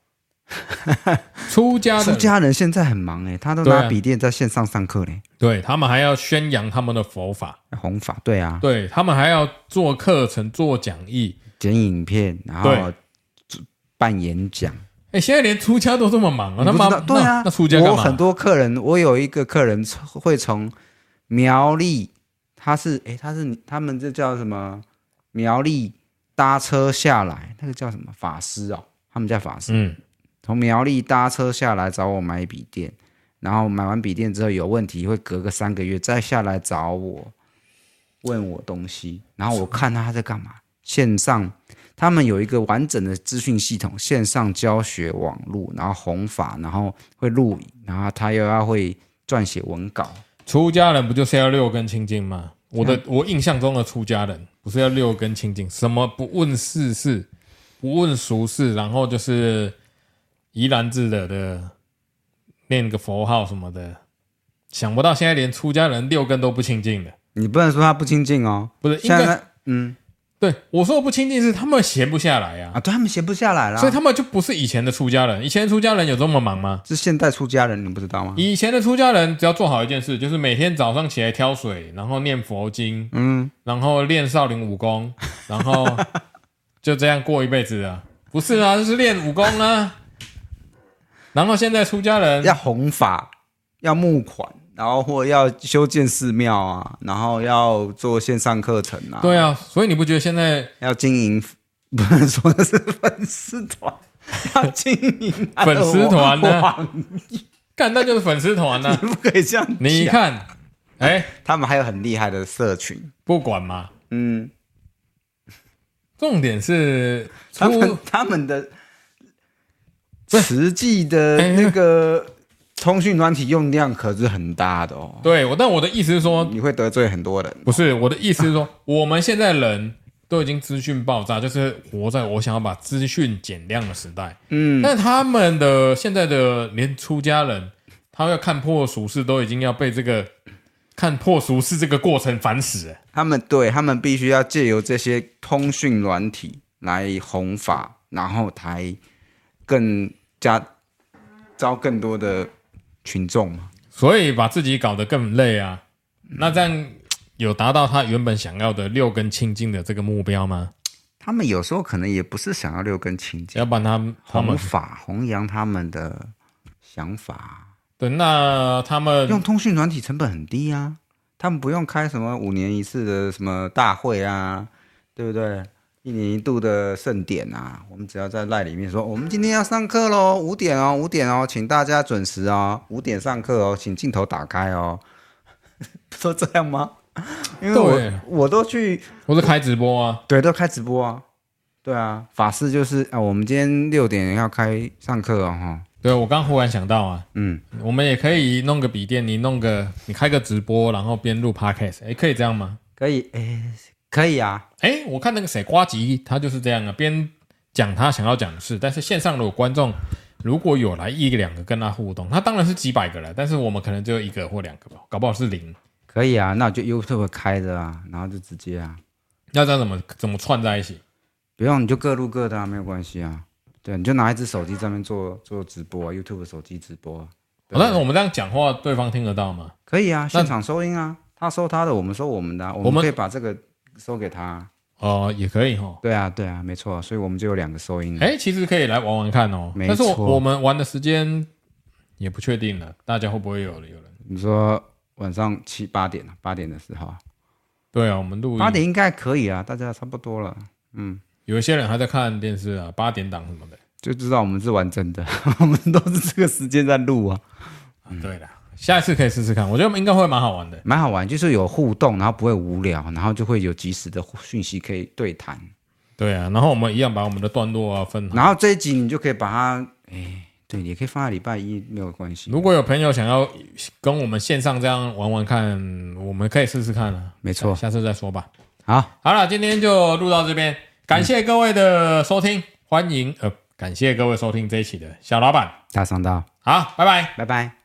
Speaker 1: 出家的
Speaker 2: 出
Speaker 1: 人
Speaker 2: 家人现在很忙哎，他都
Speaker 1: 对啊
Speaker 2: 拿笔电在线上上课嘞，
Speaker 1: 对啊他们还要宣扬他们的佛法，
Speaker 2: 弘法对啊，
Speaker 1: 对他们还要做课程、做讲义。
Speaker 2: 剪影片，然后
Speaker 1: 对
Speaker 2: 办演讲。
Speaker 1: 哎，现在连出家都这么忙啊！
Speaker 2: 你
Speaker 1: 那
Speaker 2: 不知
Speaker 1: 妈
Speaker 2: 道对啊
Speaker 1: 那，那出家干
Speaker 2: 我
Speaker 1: 嘛？
Speaker 2: 很多客人，我有一个客人从会从苗栗，他是诶，他是他们这叫什么？苗栗搭车下来，那个叫什么法师哦，他们叫法师。
Speaker 1: 嗯，
Speaker 2: 从苗栗搭车下来找我买笔电，然后买完笔电之后有问题会隔个三个月再下来找我，问我东西，然后我看他在干嘛。线上他们有一个完整的资讯系统，线上教学网络，然后弘法，然后会录影，然后他又要会撰写文稿。
Speaker 1: 出家人不就是要六根清净吗？
Speaker 2: 啊
Speaker 1: 我的、我印象中的出家人不是要六根清净，什么不问世事，不问俗事，然后就是怡然自得的念个佛号什么的。想不到现在连出家人六根都不清净的，
Speaker 2: 你不能说他不清净哦。
Speaker 1: 不是应
Speaker 2: 现
Speaker 1: 该
Speaker 2: 在呢嗯
Speaker 1: 对我说的不清净是他们闲不下来
Speaker 2: 啊，
Speaker 1: 啊，
Speaker 2: 对他们闲不下来啦，
Speaker 1: 所以他们就不是以前的出家人。以前的出家人有这么忙吗？
Speaker 2: 是现代出家人，你不知道吗？
Speaker 1: 嗯以前的出家人只要做好一件事，就是每天早上起来挑水，然后念佛经，
Speaker 2: 嗯，
Speaker 1: 然后练少林武 功，然后就这样过一辈子啊？不是啊，就是练武功啊。然后现在出家人
Speaker 2: 要弘法，要募款，然后或要修建寺庙啊，然后要做线上课程啊，
Speaker 1: 对啊，所以你不觉得现在
Speaker 2: 要经营， 不能说的是粉丝团，要经营他的
Speaker 1: 粉丝团啊呢
Speaker 2: 网
Speaker 1: 干那就是粉丝 团呢、啊
Speaker 2: 你不可以这样讲。
Speaker 1: 你看，哎，
Speaker 2: 他们还有很厉害的社群，
Speaker 1: 不管嘛，
Speaker 2: 嗯，
Speaker 1: 重点是
Speaker 2: 他
Speaker 1: 出
Speaker 2: 们他们的实际的
Speaker 1: 哎
Speaker 2: 那个通讯软体用量可是很大的哦，
Speaker 1: 对我，但我的意思是说，
Speaker 2: 你会得罪很多人。
Speaker 1: 不是我的意思是说，我们现在人都已经资讯爆炸，就是活在我想要把资讯减量的时代。
Speaker 2: 嗯，
Speaker 1: 但他们的现在的连出家人，他要看破俗世，都已经要被这个看破俗世这个过程烦死了。
Speaker 2: 他们对他们必须要借由这些通讯软体来弘法，然后才更加招更多的群众嘛。
Speaker 1: 所以把自己搞得更累啊。那这样有达到他原本想要的六根清净的这个目标吗？
Speaker 2: 他们有时候可能也不是想要六根清净，
Speaker 1: 要不然他他
Speaker 2: 弘
Speaker 1: 们
Speaker 2: 法弘扬他们的想法，
Speaker 1: 对，那他们
Speaker 2: 用通讯软体成本很低啊，他们不用开什么五年一次的什么大会啊，对不对？一年一度的盛典啊，我们只要在赖里面说，我们今天要上课喽，五点哦，五点哦，请大家准时哦，五点上课哦，请镜头打开哦， 都这样吗？因为
Speaker 1: 对
Speaker 2: 我我都去
Speaker 1: 我是开直播啊，
Speaker 2: 对，都开直播啊。对啊，法师就是啊，我们今天六点要开上课哦，哈，
Speaker 1: 对我刚忽然想到啊，
Speaker 2: 嗯，
Speaker 1: 我们也可以弄个笔电，你弄个你开个直播，然后边录 podcast，哎，可以这样吗？
Speaker 2: 可以，诶，可以啊，
Speaker 1: 哎，我看那个谁瓜吉，他就是这样啊，边讲他想要讲的事，但是线上的观众如果有来一两个跟他互动，他当然是几百个了，但是我们可能只有一个或两个吧，搞不好是零。
Speaker 2: 可以啊，那我就 YouTube 开着啊，然后就直接啊，
Speaker 1: 要这样怎么怎么串在一起？
Speaker 2: 不用你就各录各的啊，没有关系啊，对，你就拿一只手机上面做做直播啊，YouTube 手机直播啊，对
Speaker 1: 哦那我们这样讲话，对方听得到吗？
Speaker 2: 可以啊，
Speaker 1: 那
Speaker 2: 现场收音啊，他收他的，我们收我们的啊、我
Speaker 1: 我们
Speaker 2: 们可以把这个收给他啊，
Speaker 1: 哦、也可以哈。
Speaker 2: 对啊，对啊，没错，所以我们就有两个收音，
Speaker 1: 哎，其实可以来玩玩看哦。
Speaker 2: 嗯没
Speaker 1: 但是我
Speaker 2: 错
Speaker 1: 我们玩的时间也不确定了，大家会不会有有人？
Speaker 2: 你说晚上七八点啊，八点的时候啊。
Speaker 1: 对啊，我们录
Speaker 2: 八
Speaker 1: 音。
Speaker 2: 点应该可以啊，大家差不多了，
Speaker 1: 有一些人还在看电视啊，八点档什么的。
Speaker 2: 就知道我们是玩真的， 我们都是这个时间在录啊，
Speaker 1: 啊对啦，下一次可以试试看，我觉得应该会蛮好玩的。
Speaker 2: 蛮好玩，就是有互动，然后不会无聊，然后就会有及时的讯息可以对谈，
Speaker 1: 对啊，然后我们一样把我们的段落啊分好。
Speaker 2: 然后这一集你就可以把它，哎，对，也可以放在礼拜一，没有关系，
Speaker 1: 如果有朋友想要跟我们线上这样玩玩看，我们可以试试看啊。
Speaker 2: 没错
Speaker 1: 下次再说吧。
Speaker 2: 好，
Speaker 1: 好了，今天就录到这边，感谢各位的收听，欢迎呃，感谢各位收听这一期的小老板。
Speaker 2: 大上到，
Speaker 1: 好，拜拜。
Speaker 2: 拜拜。